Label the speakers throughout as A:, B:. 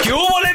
A: ¿Qué hubo, le,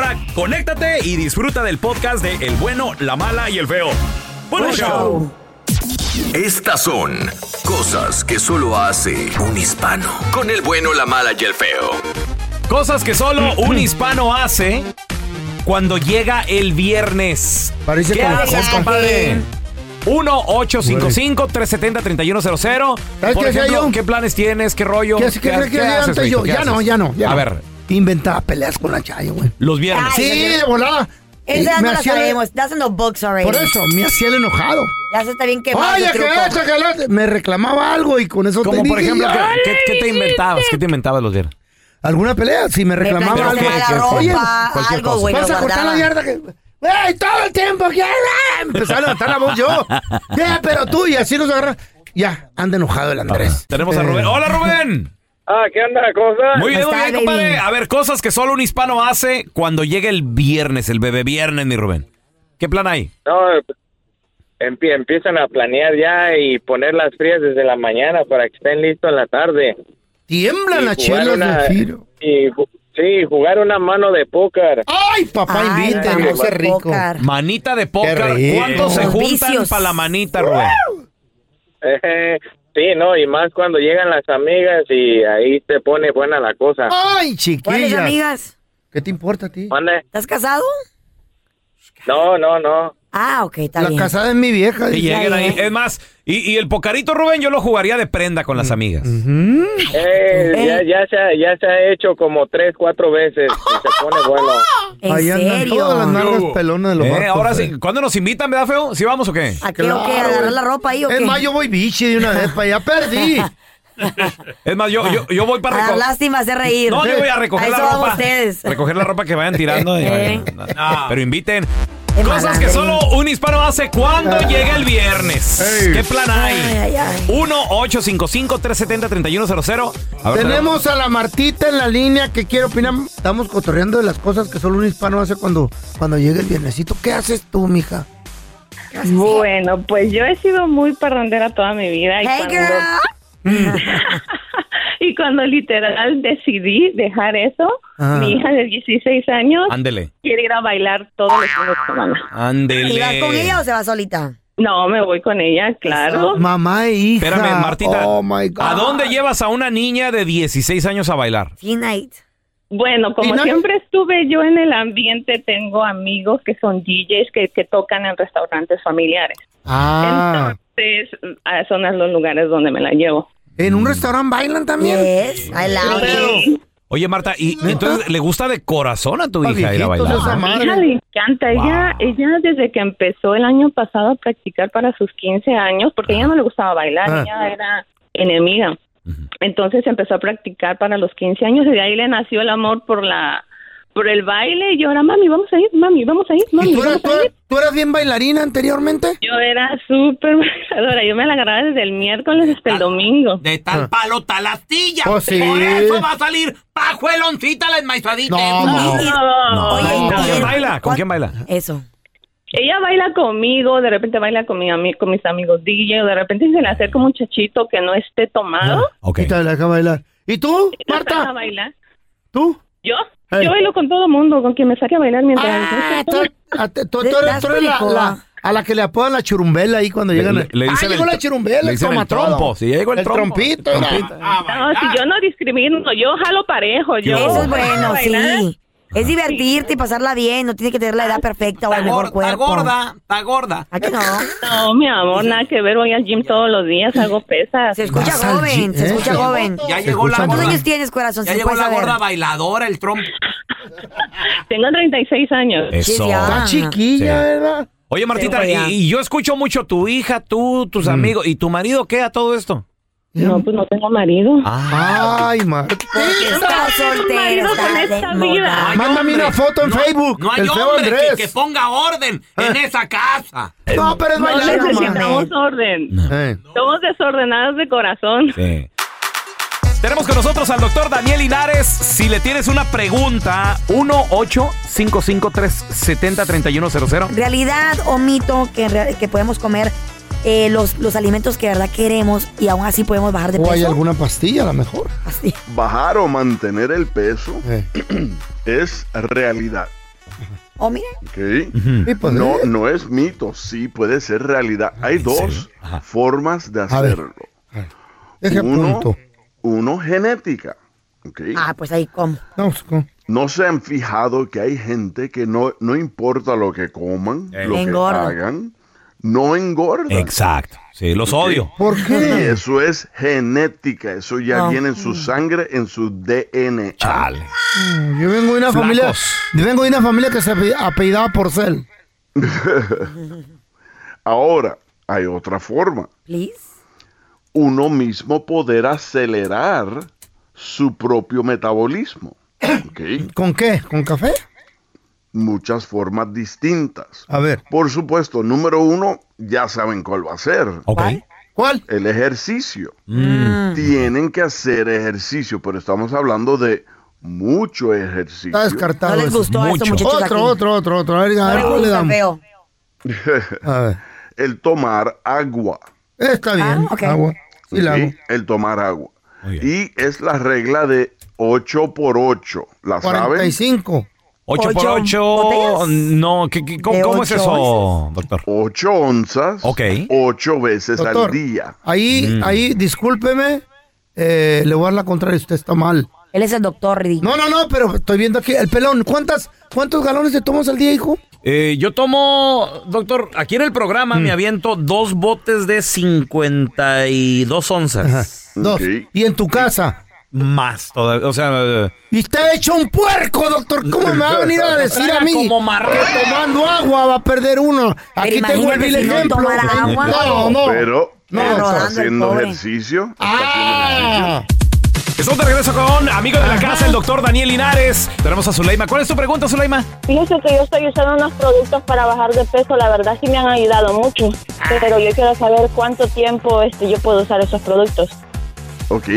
A: conéctate y disfruta del podcast de El bueno, la mala y el feo. ¡Buen show!
B: Estas son cosas que solo hace un hispano. Con el bueno, la mala y el feo.
A: Cosas que solo un hispano hace cuando llega el viernes.
C: Parece
A: ¿Qué
C: como
A: haces,
C: Jorge.
A: compadre? 1-855-370-3100.
C: ¿Sabes
A: Por
C: qué hacía
A: ejemplo,
C: yo?
A: ¿qué planes tienes? ¿Qué rollo?
C: ¿Qué, hace- qué, qué, qué, antes
A: haces,
C: yo?
A: Vito? ¿Qué
C: Ya no,
A: haces?
C: ya no, ya
A: A
C: no.
A: ver,
C: Inventaba peleas con la Chayo, güey.
A: los viernes.
D: Ay,
C: Sí,
D: señor.
C: de volada. Eh,
D: Esa
C: Me
D: no la
C: hacía-
D: sabemos. That's in the books already.
C: Por eso, me hacía el enojado.
D: Ya se está bien quemado
C: Oye,
D: el
C: que
D: truco.
C: esto, que lo otro. Me reclamaba algo y con eso
A: Como
C: te
A: por
C: dije,
A: ejemplo,
C: ¡ay!
A: ¿qué, qué- qué te inventabas? ¿Qué te inventabas los viernes?
C: ¿Alguna pelea? Si me reclamaba
D: Pero
C: algo.
D: que- que- que-
C: Oye,
D: ropa,
A: cualquier
D: algo,
A: cosa.
D: güey,
C: vas
D: lo
C: a cortar
D: guardaba.
C: la yarda que... ¡Ey, todo el tiempo! que Empezaba a levantar la voz yo. Ya, pero tú, y así nos agarra. Ya, anda enojado el Andrés.
A: Tenemos a
C: Eh,
A: Rubén. ¡Hola, Rubén!
E: Ah, ¿qué onda? ¿Cómo estás?
A: Muy bien,
D: ¿Cómo
A: muy bien,
D: está,
A: compadre.
D: baby?
A: A ver, cosas que solo un hispano hace cuando llega el viernes, el bebé viernes, mi Rubén. ¿Qué plan hay?
E: No, empie- empiezan a planear ya y poner las frías desde la mañana para que estén listos en la tarde.
C: Tiemblan
E: Y
C: las
E: jugar
C: chelas
E: una-
C: de giro.
E: Y ju- sí, jugar una mano de póker.
C: ¡Ay, papá,
D: Ay,
C: invita!
D: vamos
C: No sé
D: al
C: rico. Eh,
D: póker.
A: Manita de póker.
C: rico.
A: ¿Cuánto se
D: Los
A: juntan
D: vicios.
A: para la manita, Rubén?
E: Eh, sí, no, y más cuando llegan las amigas y ahí se pone buena la cosa.
C: ¡Ay,
D: ¿Cuáles
C: chiquilla!
D: amigas?
C: ¿Qué te importa a ti?
E: Mande.
D: ¿Estás casado?
E: No, no, no.
D: Ah, ok, está
C: La
D: bien.
C: casada es mi vieja.
A: Que
C: dice.
A: lleguen ahí. Es más, y, y el pocarito, Rubén, yo lo jugaría de prenda con las amigas.
E: Eh, ya, ya, se ha, ya se ha hecho como tres, cuatro veces y se pone bueno.
D: ¿En
C: Ahí andan
D: serio?
C: todas las nalgas pelonas de los
A: Eh,
C: barcos,
A: ahora
C: eh.
A: sí, ¿cuándo nos invitan, verdad, feo? ¿Sí vamos o qué?
D: ¿A qué o qué?
C: Claro,
D: ¿Agarrar
C: güey.
D: la ropa ahí o qué?
C: Es más, yo voy biche de una vez para allá. ¡Perdí!
A: Es más, yo, yo, yo voy
D: A
A: para
D: dar
A: recoger.
D: Ah, lástima hacer reír.
A: No, yo voy a recoger
D: eso
A: la
D: van
A: ropa.
D: ustedes.
A: Recoger la ropa que vayan tirando. y
D: Eh.
A: vayan- no, Pero inviten.
D: Qué
A: Cosas que
D: malandrín.
A: solo un hispano hace cuando llega el viernes.
C: Ey.
A: ¿Qué plan
D: Ay,
A: hay?
D: ay, ay.
A: 1-855-370-3100. A ver,
C: Tenemos a la Martita en la línea que quiere opinar. Estamos cotorreando de las cosas que solo un hispano hace cuando, cuando llega el viernesito. ¿Qué haces tú, mija?
F: Bueno, pues yo he sido muy parrandera toda mi vida y,
D: Hey,
F: cuando,
D: girl.
F: y cuando literal decidí dejar eso,
C: Ah.
F: mi hija de 16 años
A: Ándele.
F: quiere ir a bailar todos los fines de semana.
D: ¿Y vas con
A: Ándele.
D: ella o se va solita?
F: No, me voy con ella, claro.
C: Mamá e hija.
A: Espérame, Martita.
C: Oh, my God.
A: ¿A dónde llevas a una niña de 16 años a bailar?
D: Fin night.
F: Bueno, como
C: ¿Y no-
F: siempre estuve yo en el ambiente, tengo amigos que son DJs que, que tocan en restaurantes familiares.
C: Ah,
F: Entonces, ah, son los lugares donde me la llevo.
C: ¿en un restaurante bailan también?
D: Yes, I love it.
F: Sí.
A: Oye, Marta, ¿y entonces le gusta de corazón a tu
F: A
A: hija ir a bailar?
F: mi hija le encanta. Ella, ella desde que empezó el año pasado a practicar para sus 15 años, porque ella no le gustaba bailar,
G: Ah.
F: ella era enemiga. Entonces empezó a practicar para los 15 años y de ahí le nació el amor por la por el baile y yo era mami, vamos a ir, mami, vamos a ir, mami.
C: tú eras-
F: vamos a ir".
C: ¿Tú eras bien bailarina anteriormente?
F: Yo era súper bailadora, yo me la agarraba desde el miércoles hasta el domingo.
H: De
C: Ah.
H: tal palo, tal astilla.
F: Oh, sí.
H: Por eso va a salir pajueloncita la enmaizadita.
A: ¿Con quién baila? ¿Con quién baila?
D: Eso.
F: Ella baila conmigo, de repente baila con, mi ami- con mis amigos DJ, o de repente se le acerca un muchachito que no esté tomado.
C: Y te la deja bailar. ¿Y tú, Marta?
F: a bailar.
C: ¿Tú?
F: ¿Yo?
C: Hey.
F: Yo bailo con todo mundo, con quien me saque a bailar mientras...
C: Ah, te- tú, tú eres, tú eres la, la- a la que le apodan la churumbela ahí cuando llegan.
A: le- le
C: ah,
A: dicen
C: llegó
A: el-
C: la churumbela,
A: le dicen el
C: toma
A: trompo,
C: todo.
A: sí, ya llegó el trompo.
C: trompito.
A: El
C: mira.
H: eh.
F: No, si yo no discrimino, yo jalo parejo. Yo
D: Eso es
F: ¿A
D: bueno,
F: bailar?
D: sí. Es divertirte y pasarla bien, no tiene que tener la edad perfecta o el mejor
H: Está
D: cuerpo.
H: gorda, está gorda.
D: ¿A que no?
F: No, mi amor, nada que ver, voy al gym todos los días, hago pesas. Se
D: escucha Vas al joven, gym, se ¿eh? escucha joven.
H: Ya llegó la
D: ¿Cuántos
H: gorda.
D: años tienes, corazón?
H: Ya
D: Si
H: llegó
D: puedes
H: la
D: saber.
H: gorda bailadora, el trompo.
F: Tengo 36 años.
A: Eso.
C: Está chiquilla,
A: Sí.
C: ¿verdad?
A: Oye, Martita,
C: Pero ya.
A: y, y yo escucho mucho tu hija, tú,
C: Mm.
A: tus amigos, ¿y tu marido qué a todo esto?
F: No, pues no tengo marido.
C: Ay, Marta.
D: Está soltera,
F: marido con
D: está
F: esta
D: de moda.
H: Ay,
C: Mándame
H: hombre,
C: una foto en
H: no-
C: Facebook.
H: No hay
C: el feo
H: hombre
C: Andrés. Eh.
H: que, que ponga orden en esa casa.
C: No, pero es
F: No
C: bailarina,
F: necesitamos
C: man.
F: orden.
C: Eh.
F: Somos desordenados de corazón.
A: Tenemos con nosotros al doctor Daniel Linares. Si le tienes una pregunta, 1 855 370 3100
D: ¿Realidad o mito que, en real- que podemos comer eh, los, los alimentos que de verdad queremos y aún así podemos bajar de
C: O hay
D: peso?
C: alguna pastilla, a lo mejor.
I: Bajar o mantener el peso
A: Eh.
I: es realidad.
D: O mire,
I: ¿ok?
A: pues,
I: No,
A: eh.
I: no es mito, sí puede ser realidad. Hay dos formas de
C: ver,
I: hacerlo.
C: Deje
I: Uno-
C: punto.
I: Uno genética. ¿ok?
D: ah, pues ahí como.
C: No, pues, ¿cómo?
I: No se han fijado que hay gente que no, no importa lo que coman, lo que
A: Engorda.
I: hagan, no engorda.
A: Exacto. Sí, los odio.
C: ¿Por
I: qué? Eso es genética, eso ya
C: Ah.
I: viene en su sangre, en su DNA.
A: Chale.
C: Mm, Yo vengo de una familia.
I: Flacos.
C: Yo vengo de una familia que se ape- apellidaba Porcel.
I: Ahora, hay otra forma. Uno mismo poder acelerar su propio metabolismo. ¿ok?
C: ¿Con qué? ¿Con café?
I: Muchas formas distintas.
C: A ver.
I: Por supuesto, número uno, ya saben cuál va a ser.
C: ¿Cuál?
I: El ejercicio. Tienen que hacer ejercicio, pero estamos hablando de mucho ejercicio.
C: Está descartado. eso.
I: Mucho.
C: Otro, otro, otro, otro. A ver, a ver, ¿cuál le damos?
I: el tomar agua.
C: Está bien. Agua. Sí, la
I: ¿sí?
C: hago.
I: El tomar agua. Y es la regla de 8 por 8. ¿La saben?
C: 45.
A: 8 por
I: Ocho
A: 8.
I: botellas.
A: No, ¿qué- qué- cómo,
I: De
A: cómo es
I: ocho
A: eso, doctor?
I: 8 onzas. 8 veces al
C: Doctor,
I: día.
C: Ahí,
I: Mm.
A: Mm.
C: ahí, discúlpeme. eh, le voy a dar la contraria, usted está mal.
D: Él es el doctor,
C: No, no, no, pero estoy viendo aquí el pelón. ¿Cuántas, ¿Cuántos galones te tomas al día, hijo?
A: Eh, yo tomo, doctor, aquí en el programa
C: Mm.
A: me aviento dos botes de 52 onzas.
C: Dos. ¿Y en tu casa?
A: Más todavía. O sea, eh,
C: Y está hecho un puerco, doctor. ¿Cómo me va a venir a decir a mí
A: Como marrano.
C: que tomando agua va a perder uno? Aquí tengo el vil
D: imagínate si no
C: ejemplo.
D: tomara
I: Ah,
D: agua.
C: No, no.
I: Pero
C: No,
I: él está
C: rodando el
I: haciendo
C: pobre.
I: ejercicio.
A: Estamos de regreso con amigo de la casa, el doctor Daniel Linares. Tenemos a Zuleima. ¿Cuál es tu pregunta, Zuleima?
J: Fíjense que yo estoy usando unos productos para bajar de peso, la verdad sí me han ayudado mucho, pero yo quiero saber cuánto tiempo este, yo puedo usar esos productos.
I: Ok.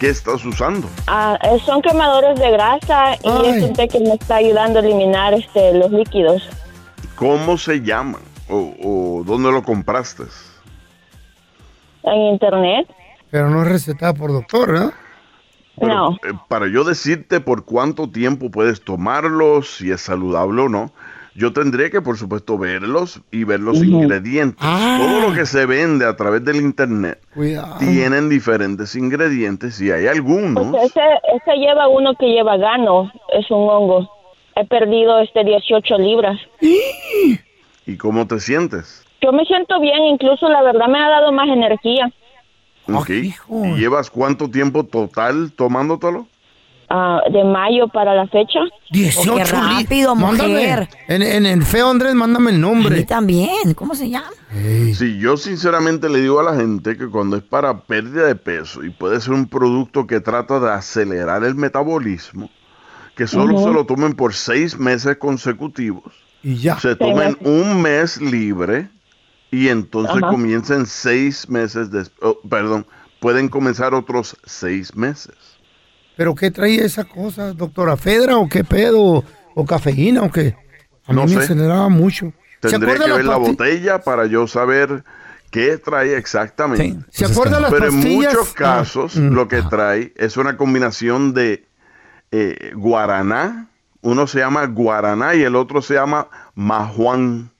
I: ¿Qué estás usando?
J: Ah, eh, son quemadores de grasa y
I: Ay.
J: es un té que me está ayudando a eliminar este, los líquidos.
I: ¿Cómo se llaman? ¿O, o dónde lo compraste?
J: En internet,
C: Pero no es recetada por doctor, ¿eh? ¿no?
I: Pero, eh, para yo decirte por cuánto tiempo puedes tomarlos, si es saludable o no, yo tendría que, por supuesto, verlos y ver los ingredientes. Todo lo que se vende a través del internet
C: Cuidado.
I: tienen diferentes ingredientes y hay
J: Pues
I: algunos.
J: ese, ese lleva uno que lleva gano, es un hongo. He perdido este 18 libras.
I: ¿Y cómo te sientes?
J: Yo me siento bien, incluso la verdad me ha dado más energía.
I: Ok. ¿Y llevas cuánto tiempo total tomándotelo?
J: ah, de mayo para la fecha.
C: 18
D: Pues qué
C: li-
D: rápido,
C: Mándame.
D: mujer.
C: En, en el feo Andrés, mándame el nombre.
D: también. ¿Cómo se llama?
I: Sí, yo sinceramente le digo a la gente que cuando es para pérdida de peso y puede ser un producto que trata de acelerar el metabolismo, que solo
G: Ujú.
I: se lo tomen por seis meses consecutivos,
C: y ya.
I: se tomen un mes libre y entonces
G: Ajá.
I: comiencen seis meses después, perdón, pueden comenzar otros seis meses.
C: ¿Pero qué trae esa cosa, doctora Fedra o qué pedo? ¿O cafeína o qué? A mí
I: No
C: me
I: sé.
C: aceleraba mucho.
I: Tendré que
C: las
I: ver la
C: pastillas?
I: botella para yo saber qué trae exactamente.
C: ¿Se acuerda las
I: Pero en
C: pastillas? Ah, mm,
I: muchos casos lo que trae es una combinación de eh, guaraná. Uno se llama guaraná y el otro se llama majuan.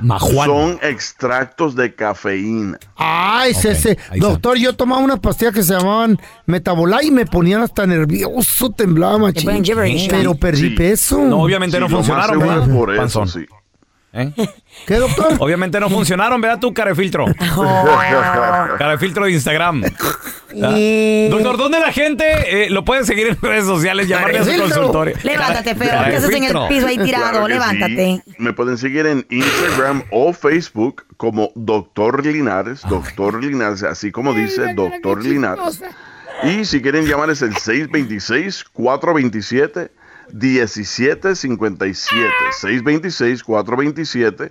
A: Majuan.
I: Son extractos de cafeína.
C: Ay, se, se- Ah, Doctor, yo tomaba unas pastillas que se llamaban Metabolá y me ponían hasta nervioso, temblaba, machín.
D: ponen gibberish.
C: Pero perdí
A: Sí.
C: peso.
A: No, obviamente no funcionaron, ¿verdad?
I: por eso,
A: Panzón.
I: sí.
A: ¿Eh?
C: ¿Qué, doctor? Oh.
A: Obviamente no funcionaron, ¿verdad? Tu carefiltro. carefiltro de Instagram. Ah.
C: Eh.
A: Doctor, ¿dónde la gente eh, lo puede seguir en redes sociales? Llamarle a su
D: Carefiltro.
A: consultorio.
D: Levántate, feo,
A: Cara-
D: que estás en el
A: carefiltro.
D: piso ahí tirado.
I: Claro que
D: Levántate.
I: sí. Me pueden seguir en Instagram o Facebook como Doctor Linares, Doctor Linares, así como dice Doctor Linares. Y si quieren llamar es el 626-427-1757.
D: Ah.
I: 626-427.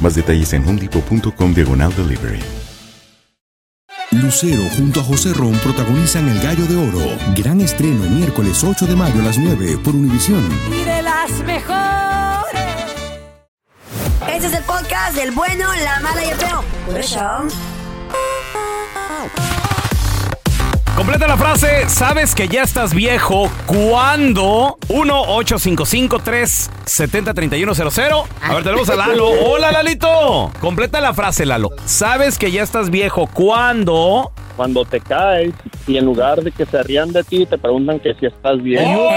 K: Más detalles en homedepot.com diagonal delivery.
L: Lucero junto a José Ron protagonizan El Gallo de Oro. Gran estreno miércoles 8 de mayo a las 9 por Univisión.
D: Y de las mejores. Este es el podcast del bueno, la mala y el feo. Por eso.
A: Completa la frase, sabes que ya estás viejo cuando 1 855 370 3100 A ver, tenemos a Lalo. Hola, Lalito. Completa la frase, Lalo. Sabes que ya estás viejo cuando...
M: Cuando te caes y en lugar de que se rían de ti, te preguntan que si estás bien.
A: Oh.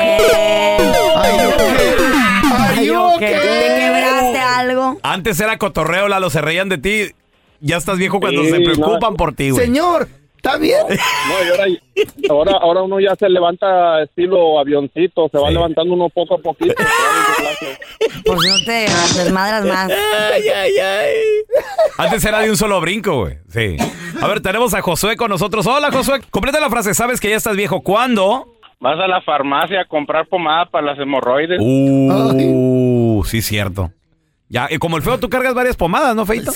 D: Ay, yo ¿Te quebraste algo?
A: Antes era cotorreo, Lalo, se reían de ti. Ya estás viejo cuando
M: Sí,
A: se preocupan
M: no.
A: por ti, güey.
C: Señor, ¿está bien?
M: No, y ahora, ahora, ahora uno ya se levanta estilo avioncito, se va levantando uno poco a poquito.
D: Por si Pues no te desmadras más.
A: Ay, ay, ay. Antes era de un solo brinco, güey. Sí. A ver, tenemos a Josué con nosotros. Hola, Josué. Completa la frase, sabes que ya estás viejo cuando...
N: Vas a la farmacia a comprar pomada para las hemorroides.
A: Uh, sí, cierto. Ya, y como el feo, tú cargas varias pomadas, ¿no, Feito?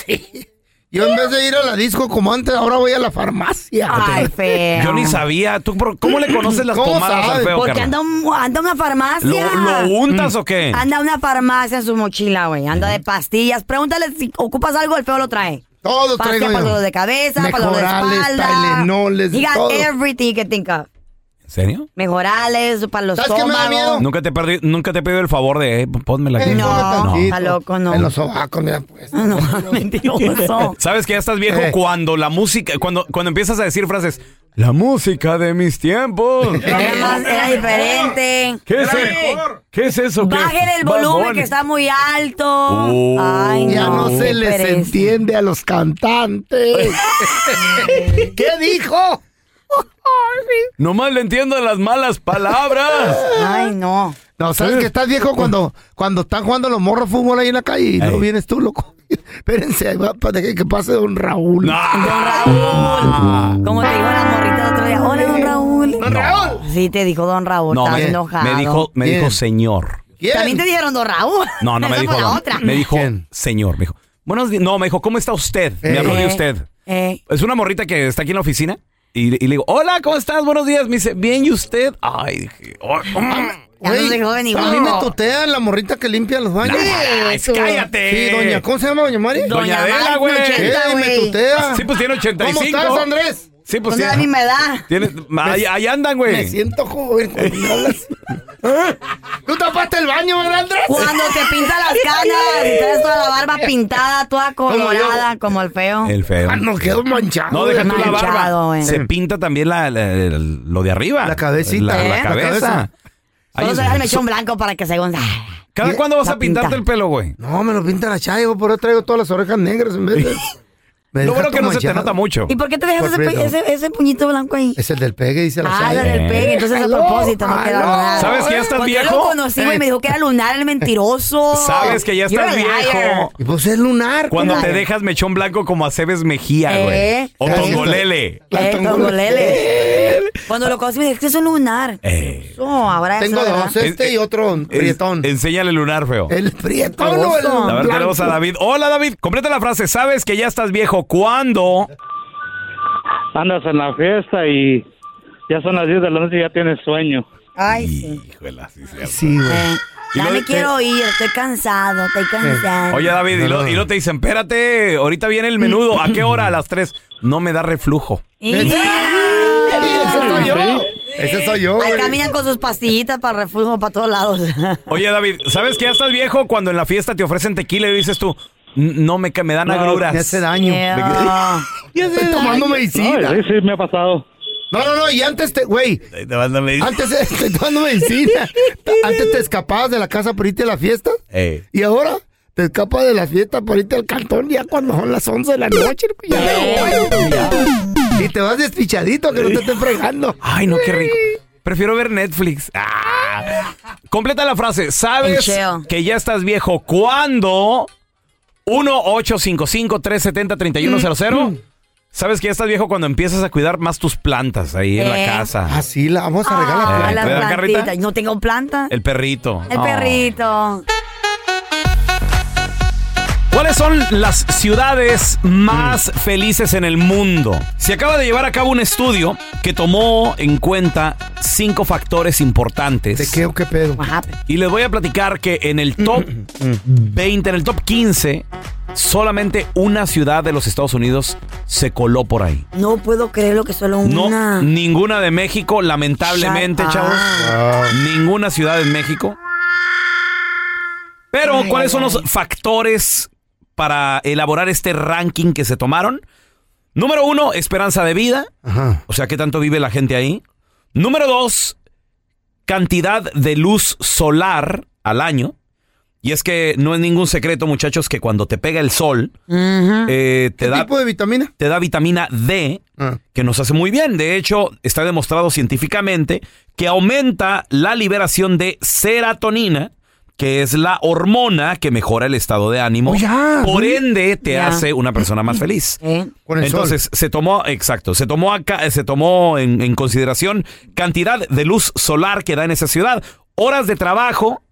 C: Yo en vez de ir a la disco como antes, ahora voy a la farmacia.
D: Ay, feo.
A: Yo ni sabía. ¿Tú por- cómo le conoces las
C: ¿Cómo
A: pomadas al
C: sabes?
A: feo,
D: Porque anda,
A: carnal?
D: un- anda una farmacia.
A: ¿Lo- lo untas o qué?
D: Anda una farmacia en su mochila, güey. Anda de pastillas. Pregúntale si ocupas algo, el feo lo trae.
C: Todo traigo
D: Pastillas
C: yo.
D: para dolor de cabeza, para dolor de
C: Mejorales,
D: espalda.
C: Tylenoles,
D: He got
C: todo.
D: everything you can think of.
A: ¿En serio?
D: Mejorales, para los
C: ¿Sabes qué me da
D: estómagos.
A: Nunca te, he perdi- nunca te he pedido el favor de, eh, pónmela aquí.
D: No, está loco, no.
C: En los sobacos, mira, pues.
D: No, mentiroso.
A: Sabes que ya estás viejo
C: Eh.
A: cuando la música, cuando, cuando empiezas a decir frases, la música de mis tiempos.
D: Era, más- era diferente.
A: ¿Qué es,
D: Era
A: e- ¿Qué es eso? ¿Qué-
D: Bajen el
A: Bad
D: volumen
A: Bunny?
D: que está muy alto.
A: Oh.
D: Ay,
C: ya no,
D: no.
C: se
D: qué
C: les
D: pereza.
C: entiende a los cantantes. ¿Qué dijo?
A: Nomás le entiendo las malas palabras.
D: Ay, no.
C: No, ¿sabes que estás viejo cuando, cuando están jugando los morros fútbol ahí en la calle y no vienes tú, loco? Espérense, ahí va, para que, que pase don Raúl.
D: Como te dijo la morrita el otro día, hola, don Raúl.
C: Don Raúl.
D: Sí, te dijo don Raúl,
A: No,
D: estás
A: me,
D: enojado.
A: me dijo, me dijo señor.
D: También te dijeron don Raúl.
A: No, no me
D: Esa
A: dijo.
D: fue la
A: don-
D: otra.
A: Me dijo señor. Me dijo, buenos días. No, me dijo, ¿cómo está usted? Me habló de
D: Eh.
A: usted.
D: Eh,
A: Es una morrita que está aquí en la oficina. Y, y le digo, hola, ¿cómo estás? Buenos días. Me dice, bien, ¿y usted? Ay, dije, oh,
D: ya no soy joven
C: a mí
D: igual.
C: me tutean la morrita que limpia los baños.
A: Nah, es-
C: Sí,
A: cállate.
C: Sí, doña, ¿cómo se llama doña Mari?
A: Doña Adela, güey.
C: Sí, me tutea.
A: Sí, pues tiene 85.
C: ¿Cómo estás, Andrés?
A: Sí, pues
C: Son de
A: tiene-
C: la misma edad.
A: tiene- ahí, ahí andan, güey.
C: Me siento joven cuando me hablas. ¿Tú tapaste el baño, verdad, Andrés?
D: Cuando te pinta las canas y traes toda la barba pintada, toda colorada, como el feo.
A: El feo.
C: Ah, no, quedó manchado.
A: No, deja tú la
D: Manchado, eh.
A: barba.
D: güey.
A: Se pinta también la, la- la- lo de arriba. La cabecita. La,
D: ¿Eh? La
A: cabeza.
D: cabeza.
A: Ahí
D: Solo
A: es-
D: se el mechón blanco para que se gonza.
A: ¿Cada cuándo vas a pintarte el pelo, güey?
C: No, me lo pinta la chaya, güey, por eso traigo todas las orejas negras en vez de... Me
A: Lo
C: deja
A: bueno que
C: todo
A: no se te
C: manchado.
A: nota mucho.
D: ¿Y por qué te dejas
C: Por
D: ese, pe-
C: prieto.
D: ese, ese puñito blanco ahí?
C: Es el del pegue, dice la
D: Ah,
C: Chayo.
D: la
A: Eh.
D: del pegue, entonces a propósito no queda nada.
A: ¿Sabes que ya estás
D: Porque Yo
A: viejo?
D: lo conocí güey,
A: Eh.
D: y me dijo que era lunar el mentiroso.
A: Sabes que ya estás
D: Oh. You're a liar.
A: viejo.
C: Y pues es lunar.
A: Cuando
D: claro.
A: te dejas mechón blanco como a Cebes Mejía, güey.
D: Eh.
A: O
D: Claro.
A: Tongolele.
D: Eh, tongolele. Cuando lo conocí me dijo que es un lunar.
A: Eh.
D: No, ahora
C: Tengo dos, este y otro prietón.
A: En- enséñale el lunar, feo.
C: El prietón o el
A: A ver, tenemos a
C: blanco.
A: David. Hola, David. Completa la frase. ¿Sabes que ya estás viejo? ¿Cuándo?
G: Andas en la fiesta y ya son las 10 de la noche y ya tienes sueño.
D: Ay, sí.
C: Sí, güey.
D: Ya me
C: Eh.
D: quiero ir, estoy cansado, estoy cansado.
A: eh. Oye, David, y, lo- y luego te dicen, espérate, ahorita viene el menudo. ¿A qué hora? A las 3. No me da reflujo.
C: Ese soy yo.
A: Ese soy yo,
D: Ahí
A: güey.
D: caminan con sus pastillitas para refugio, para todos lados.
A: Oye, David, ¿sabes que ya estás viejo cuando en la fiesta te ofrecen tequila y dices tú, "N- no, me, ca- me dan
C: No,
A: agruras?
C: me hace daño.
D: Yeah.
C: Ya estoy tomando medicina.
G: sí, me ha pasado.
C: No, no, no, y antes te, güey,
A: Te van a medir.
C: antes este, estoy tomando medicina. Antes te escapabas de la casa por irte a la fiesta.
A: Ey.
C: Y ahora te escapas de la fiesta por irte al cantón ya cuando son las 11 de la noche. güey, ya me voy, ya. Y te vas despichadito que no te estén fregando.
A: Ay, no, qué rico. Prefiero ver Netflix. Ah. Completa la frase. ¿Sabes
D: Encheo.
A: que ya estás viejo cuando
C: Mm.
A: 1-855-370-3100? ¿Sabes que ya estás viejo cuando empiezas a cuidar más tus plantas ahí en la
D: Eh.
A: casa? Eh,
C: Así Ah, la vamos
A: a regalar.
D: Ah, las plantitas. No tengo planta.
A: El perrito.
D: El
A: Oh.
D: perrito.
A: ¿Cuáles son las ciudades más felices en el mundo? Se acaba de llevar a cabo un estudio que tomó en cuenta cinco factores importantes. ¿De
C: qué o qué pedo?
A: Y les voy a platicar que en el top 20, en el top 15, solamente una ciudad de los Estados Unidos se coló por ahí.
D: No puedo creerlo que solo
A: No,
D: una.
A: ninguna de México, lamentablemente,
D: Shut up.
A: chavos. Ninguna ciudad en México. Pero,
D: Ay,
A: ¿cuáles son
D: ay,
A: los factores para elaborar este ranking que se tomaron? Número uno, esperanza de vida. O sea, ¿qué tanto vive la gente ahí? Número dos, cantidad de luz solar al año. Y es que no es ningún secreto, muchachos, que cuando te pega el sol, eh, te da
C: tipo de vitamina? Ah.
A: Te da vitamina D, que nos hace muy bien. De hecho, está demostrado científicamente que aumenta la liberación de serotonina, que es la hormona que mejora el estado de ánimo.
C: Oh, ya.
A: Por ende, te
C: Ya.
A: hace una persona más feliz.
D: ¿Eh?
C: Con el sol.
A: Entonces, se tomó, exacto, se tomó acá, se tomó en, en consideración cantidad de luz solar que da en esa ciudad, horas de trabajo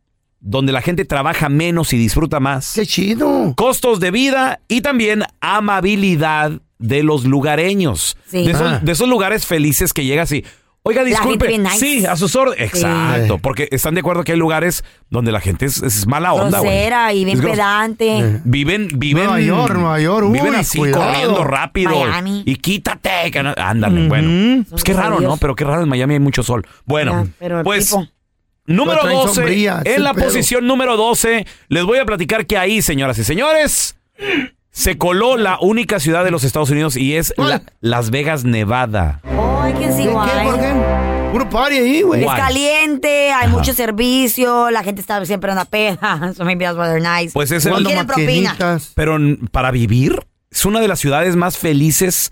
A: donde la gente trabaja menos y disfruta más.
C: Qué chido.
A: Costos de vida y también amabilidad de los lugareños.
D: Sí.
A: De, esos,
D: Ah.
A: de esos lugares felices que llegas y Oiga,
D: La gente
A: disculpe.
D: bien nice.
A: Sí, a sus órdenes.
D: Sí.
A: Exacto, porque están de acuerdo que hay lugares donde la gente es, es mala onda, güey.
D: Grosera y bien
A: Es gros-
C: eh.
D: pedante.
A: Viven, viven.
C: Nueva York, Nueva York, uy,
A: Viven así,
C: cuidado.
A: corriendo rápido.
D: Miami.
A: Y quítate. que no- Ándale, bueno. Pues qué raro, ¿no?
C: jodidos.
A: Pero qué raro, en Miami hay mucho sol.
D: Ah,
A: Bueno,
C: pero el
A: pues.
C: tipo.
A: Número
C: No traen
A: 12.
C: sombrilla, ese
A: en la
C: pedo.
A: posición número 12, les voy a platicar que ahí, señoras y señores, se coló la única ciudad de los Estados Unidos y es la- Las Vegas, Nevada.
D: Ay, que sí,
C: ¿Qué,
D: guay.
C: qué, por qué? Puro party ahí, güey.
D: Es caliente, hay mucho servicio, la gente está siempre en la peda. So maybe that's why they're nice.
A: Pues es
D: No quieren propina.
A: Pero n- para vivir, es una de las ciudades más felices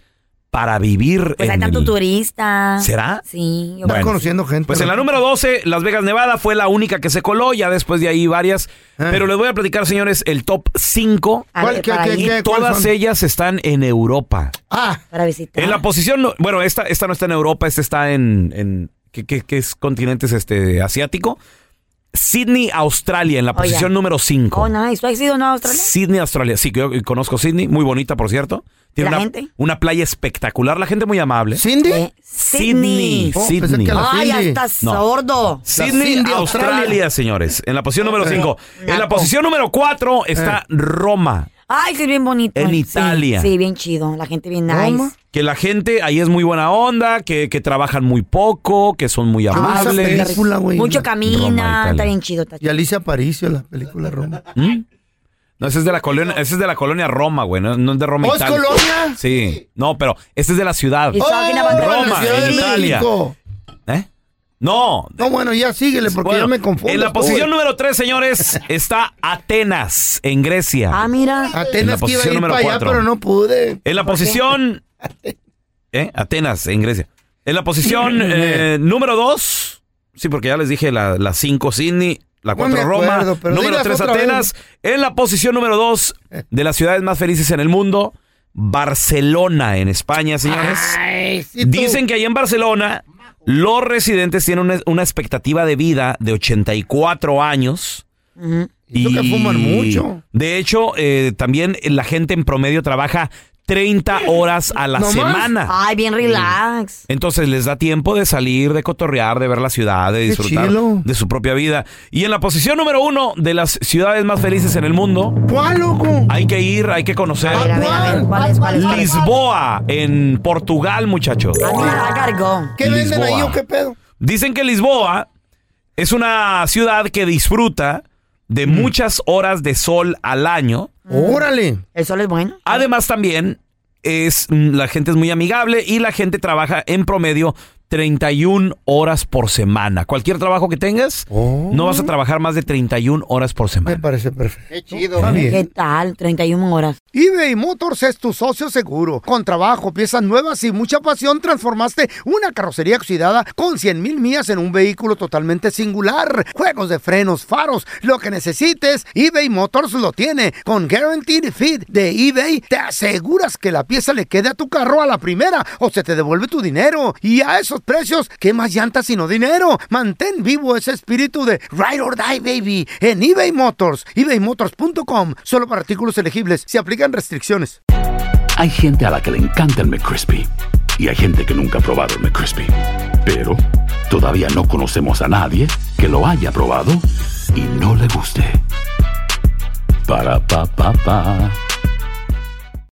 A: para vivir
D: Pues hay
A: en
D: tanto
A: el-
D: turista.
A: ¿Será?
D: Sí. yo
A: Bueno.
D: creo.
A: Pues en la número 12, Las Vegas, Nevada fue la única que se coló, ya después de ahí varias. Pero les voy a platicar, señores, el top 5.
D: Ah. A ver, ¿Cuál, qué, para qué,
A: Y
D: qué, cuál
A: todas
D: son? Ah.
A: ellas están en Europa.
C: Ah.
D: Para visitar.
A: En la posición, no- bueno, esta, esta no está en Europa, esta está en, en ¿qué, qué- qué es continentes este asiático? Sydney, Australia, en la
D: Oh, ya.
A: posición número 5.
D: Oh, nice. ¿Tú has ido no, a Australia?
A: Sydney, Australia. Sí, yo conozco Sydney, muy bonita, por cierto. Tiene
D: ¿La
A: una,
D: gente?
A: una playa espectacular, la gente muy amable.
C: ¿Cindy?
A: Sydney,
D: Oh, pensé
A: Sydney.
D: que la Ay, Cindy. ya estás sordo. La
A: Sydney,
D: Cindy,
A: Australia,
D: Australia,
A: señores. En la posición número
D: Eh,
A: 5. En la
D: naco.
A: posición número 4 está
D: Eh.
A: Roma,
D: Ay, sí, bien bonito.
A: En
D: Sí,
A: Italia.
D: Sí, bien chido. La gente bien nice.
A: que la gente ahí es muy buena onda, que, que trabajan muy poco, que son
D: Ah.
A: muy amables.
D: Mucho camina.
A: Italia.
D: está bien chido. Está
C: Y Alicia Aparicio, la película Roma.
A: ¿Mm? No, ese es de la colonia, ese es de la colonia Roma, güey, no, no es de Roma.
C: ¿Oh, es
A: Italia.
C: colonia?
A: Sí. No, pero este es de la ciudad.
C: It's talking about
D: Oh,
C: the
A: Roma,
C: Ciudad de
A: en Italia.
C: México.
A: ¿Eh? No.
C: No, bueno, ya síguele porque
A: Bueno,
C: yo me confundo.
A: en la
C: tú,
A: posición
C: güey.
A: número 3, señores, está Atenas, en Grecia.
D: Ah, mira.
A: En la
C: Atenas que iba a
A: posición
C: ir
A: número
C: para allá,
A: cuatro.
C: pero no pude.
A: En la posición. ¿Eh? Atenas, en Grecia. En la posición eh, número 2. Sí, porque ya les dije la 5 Sydney, la
C: No
A: 4
C: me
A: Roma,
C: acuerdo, pero
A: número
C: dilas
A: 3
C: otra vez. Eh.
A: Atenas. En la posición número 2 de las ciudades más felices en el mundo, Barcelona, en España, señores.
D: Ah,
A: Dicen que ahí en Barcelona los residentes tienen una, una expectativa de vida de 84 años. Y
C: que fuman mucho.
A: De hecho, eh, también la gente en promedio trabaja 30 horas a la
D: ¿No más?
A: semana.
D: Ay, bien relax.
A: Entonces les da tiempo de salir, de cotorrear, de ver la ciudad, de disfrutar
C: chilo.
A: de su propia vida. Y en la posición número uno de las ciudades más felices en el mundo.
C: ¿Cuál, loco?
A: Hay que ir, hay que conocer.
D: A ver, a ver, ¿cuál es, cuál es?
A: Lisboa, en Portugal, muchachos.
D: Ah, mira, la cargó.
C: ¿Qué venden ahí
A: Lisboa.
C: o qué pedo?
A: Dicen que Lisboa es una ciudad que disfruta de muchas horas de sol al año.
C: Mm. Órale.
D: El sol es bueno.
A: Además también es mm, la gente es muy amigable y la gente trabaja en promedio 31 horas por semana. Cualquier trabajo que tengas, no vas a trabajar más de 31 horas por semana.
C: Oh. Me parece perfecto.
D: Qué chido. ¿Qué tal? 31 horas.
C: eBay Motors es tu socio seguro. Con trabajo, piezas nuevas y mucha pasión, transformaste una carrocería oxidada con 100.000 mil millas en un vehículo totalmente singular. Juegos de frenos, faros, lo que necesites, eBay Motors lo tiene. Con Guaranteed Fit de eBay, te aseguras que la pieza le quede a tu carro a la primera o se te devuelve tu dinero. Y a esos precios, ¿qué más llantas sino dinero? Mantén vivo ese espíritu de Ride or Die, baby, en eBay Motors. ebaymotors.com. Solo para artículos elegibles. Se aplican restricciones.
O: Hay gente a la que le encanta el McCrispy y hay gente que nunca ha probado el McCrispy. Pero todavía no conocemos a nadie que lo haya probado y no le guste. Para pa pa pa.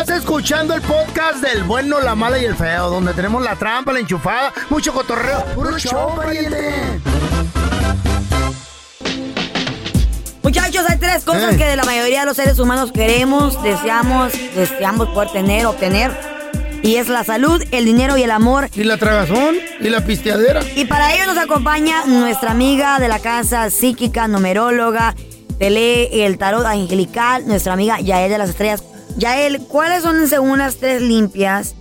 C: Estás escuchando el podcast del bueno, la mala y el feo, donde tenemos la trampa, la enchufada, mucho cotorreo. ¡Puro show, pariente!
D: Muchachos, hay tres
C: Eh.
D: cosas que de la mayoría de los seres humanos queremos, deseamos, deseamos poder tener, obtener. Y es la salud, el dinero y el amor.
C: ¿Y la tragazón? ¿Y la pisteadera?
D: Y para ello nos acompaña nuestra amiga de la casa psíquica, numeróloga, te lee el tarot angelical, nuestra amiga Yael de las Estrellas. Yael, ¿cuáles son según las tres limpias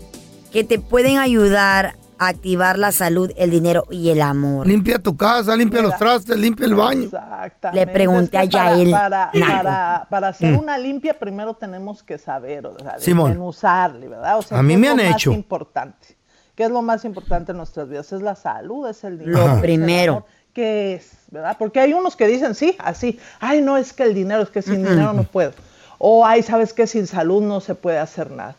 D: que te pueden ayudar a activar la salud, el dinero y el amor?
C: Limpia tu casa, limpia los trastes, limpia el baño.
D: Le pregunté a
P: Es que para-
D: Yael.
P: Para,
D: Naco.
P: para- para hacer
C: Mm.
P: una limpia, primero tenemos que saber, o sea,
C: Simón.
P: usarle, ¿verdad? O sea,
C: A mí
P: ¿qué
C: me
P: es
C: han
P: lo más
C: hecho.
P: importante? ¿Qué es lo más importante en nuestras vidas? Es la salud, es el
D: Lo
P: dinero. es el
D: primero.
P: amor. ¿Qué es, verdad? Porque hay unos que dicen, sí, así, ay, no, es que el dinero, es que sin
Q: Ujú.
P: dinero no puedo. O, Oh, ay, ¿sabes que Sin salud no se puede hacer nada.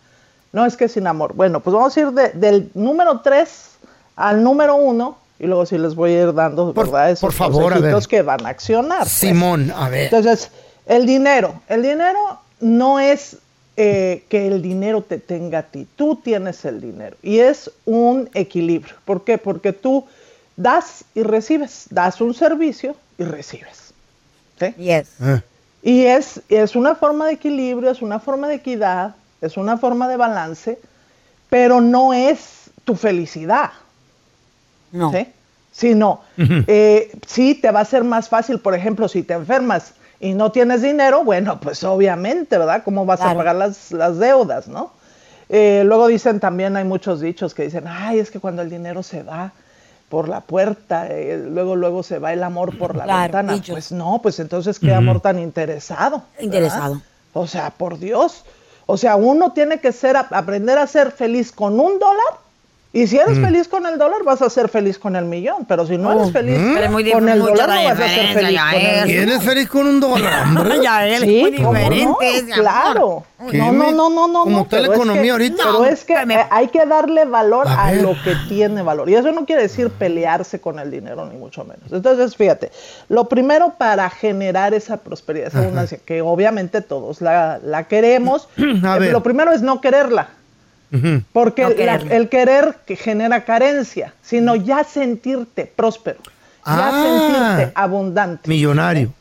P: No, es que sin amor. Bueno, pues vamos a ir de- del número 3 al número 1 y luego sí les voy a ir dando, ¿verdad? Esos
C: por favor, a ver.
P: consejitos que van a accionar. pues.
C: Simón, a ver.
P: Entonces, el dinero. El dinero no es eh, que el dinero te tenga a ti. Tú tienes el dinero. Y es un equilibrio. ¿Por qué? Porque tú das y recibes. Das un servicio y recibes. ¿Sí? Y es, es una forma de equilibrio, es una forma de equidad, es una forma de balance, pero no es tu felicidad.
D: No.
P: ¿sí? Sino, eh, sí te va a ser más fácil, por ejemplo, si te enfermas y no tienes dinero, bueno, pues obviamente, ¿verdad? ¿Cómo vas a
D: Claro.
P: pagar las, las deudas, no? Eh, luego dicen también, hay muchos dichos que dicen, ay, es que cuando el dinero se va por la puerta, eh, luego, luego se va el amor por la
D: Claro,
P: ventana.
D: dichos.
P: Pues no, pues entonces qué
D: Ujú.
P: amor tan interesado. ¿verdad?
D: Interesado.
P: O sea, por Dios. O sea, uno tiene que ser, a- aprender a ser feliz con un dólar. Y si eres
D: Mm.
P: feliz con el dólar, vas a ser feliz con el millón. Pero si no
C: Oh.
P: eres feliz
D: Pero es muy dif-
P: con el
D: mucha
P: dólar, no vas a ser
D: diferencia,
P: feliz
D: ya
P: con el
D: es.
P: millón.
D: ¿Quién es
C: Mm. feliz con un dólar, hombre?
D: Ya él es
P: Sí,
D: muy
P: ¿cómo no?
D: diferente. ese amor.
P: Claro. No, no, no, no, no.
C: Como
P: no,
C: está la
P: pero es
C: economía
P: que-
C: ahorita.
P: Pero
C: No,
P: es que eh, hay que darle valor a, lo que tiene valor. Y eso no quiere decir pelearse con el dinero, ni mucho menos. Entonces, fíjate, lo primero para generar esa prosperidad, esa
C: Ajá.
P: abundancia, que obviamente todos la, la queremos,
C: A
P: eh,
C: ver.
P: lo primero es no quererla. Porque
C: No
P: el- la-
C: quererla.
P: el querer que genera carencia, sino ya sentirte próspero, ya
C: Ah.
P: sentirte abundante.
C: Millonario.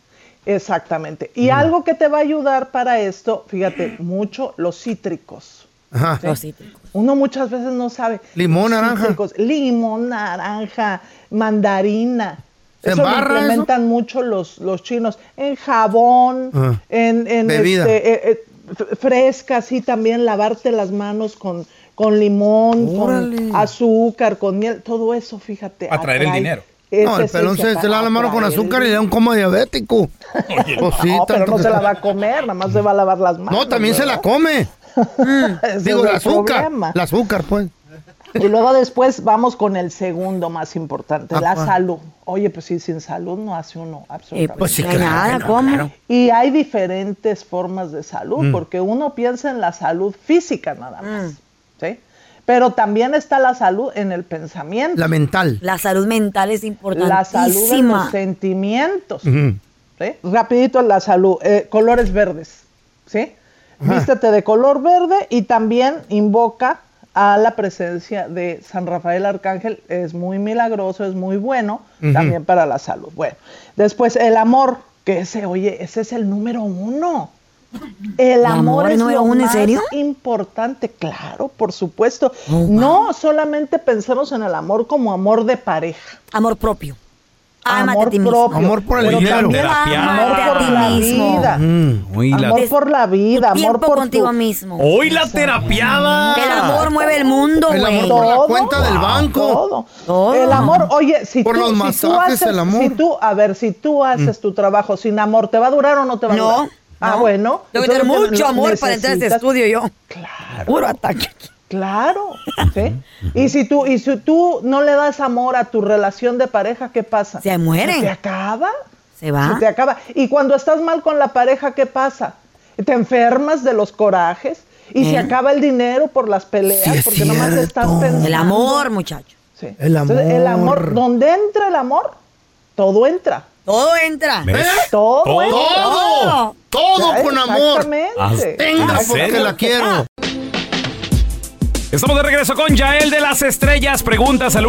P: Exactamente. Y algo que te va a ayudar para esto, fíjate, mucho los cítricos.
C: Ajá.
P: Los cítricos. Uno muchas veces no sabe.
C: Limón,
P: Los
C: naranja.
P: cítricos, limón, naranja, mandarina.
C: ¿Se
P: eso lo
C: embarra eso?
P: implementan mucho los, los chinos. En jabón,
C: Ah.
P: en, en
C: Bebida.
P: este, eh, eh, f- fresca, sí, también lavarte las manos con, con limón,
C: Órale.
P: con azúcar, con miel, todo eso, fíjate.
C: Para traer el dinero.
P: esa
C: No, el pelón se,
P: esencia
C: se lava la
P: para
C: mano con
P: atraer el
C: azúcar y le da un coma diabético. Pues Cosita,
P: no, ¿eh? pero no
C: entonces-
P: se la va a comer, nada más se va a lavar las manos.
C: No, también se la
P: ¿verdad?
C: come.
P: Ese
C: Digo,
P: es
C: el azúcar.
P: problema.
C: El azúcar, pues.
P: Y luego después vamos con el segundo más importante,
C: Ah,
P: la
C: ¿cuál?
P: salud. Oye, pues sí, sin salud no hace uno
D: Eh,
P: absolutamente
C: pues sí,
P: nada.
C: claro que Nada, no, ¿cómo? claro.
P: Y hay diferentes formas de salud,
C: Mm.
P: porque uno piensa en la salud física
D: Mm.
P: nada más, ¿sí? Pero también está la salud en el pensamiento.
C: La mental.
D: La salud mental es importantísima.
P: La salud en los sentimientos.
C: Ujú.
P: ¿sí? Rapidito la salud, eh, colores verdes, ¿sí? Vístete de color verde y también invoca a la presencia de San Rafael Arcángel, es muy milagroso, es muy bueno,
C: Ujú.
P: también para la salud. Bueno, después el amor, que ese, oye, ese es el número uno. El amor,
D: amor
P: es
D: número
P: lo
D: uno, ¿en
P: más
D: serio? Oh,
P: importante, claro, por supuesto. No solamente pensemos en el amor como amor de pareja.
D: Amor propio.
P: amor
D: a ti mismo.
P: propio.
C: Amor por el
P: pero
C: dinero.
P: también
A: Terapia.
P: Amor por
A: Amate a
P: la
A: ti mismo.
P: vida.
C: Mm,
A: Uy, la,
P: Amor por la vida, amor por
D: contigo
P: tu-
D: mismo.
A: Uy, la terapiada.
D: El amor mueve el mundo,
C: El
D: güey.
C: amor por la
P: Todo.
C: cuenta del banco.
P: Todo. El amor, oye, si
C: Por
P: tú,
C: los
P: si tú
C: masajes,
P: haces,
C: el amor. Mm.
P: si tú, a ver, si tú haces tu trabajo sin amor, ¿te va a durar o no te va
D: No,
P: a durar? Ah,
D: no.
P: bueno.
D: Tengo que tener
P: entonces
D: mucho
P: lo
D: amor para entrar a este
P: necesitas.
D: estudio yo. Puro ataque.
P: Claro, ¿sí? Y si tú y si tú no le das amor a tu relación de pareja, ¿qué pasa?
D: Se muere.
P: Se te acaba.
D: Se va.
P: Se te acaba. Y cuando estás mal con la pareja, ¿qué pasa? Te enfermas de los corajes y se
D: ¿Eh?
P: acaba el dinero por las peleas,
D: Sí, es
P: porque nomás estás pensando.
D: El amor, muchacho.
P: Sí.
C: El amor.
P: Entonces, el amor, donde entra el amor, todo entra.
D: Todo entra. ¿Eh?
C: ¿Ves?
P: Todo,
C: Todo.
P: entra.
C: Todo. Todo
P: Ya,
C: con amor.
P: Exactamente.
C: Tenga porque
A: serio?
C: la quiero.
A: Estamos de regreso con Yael de las Estrellas. Preguntas al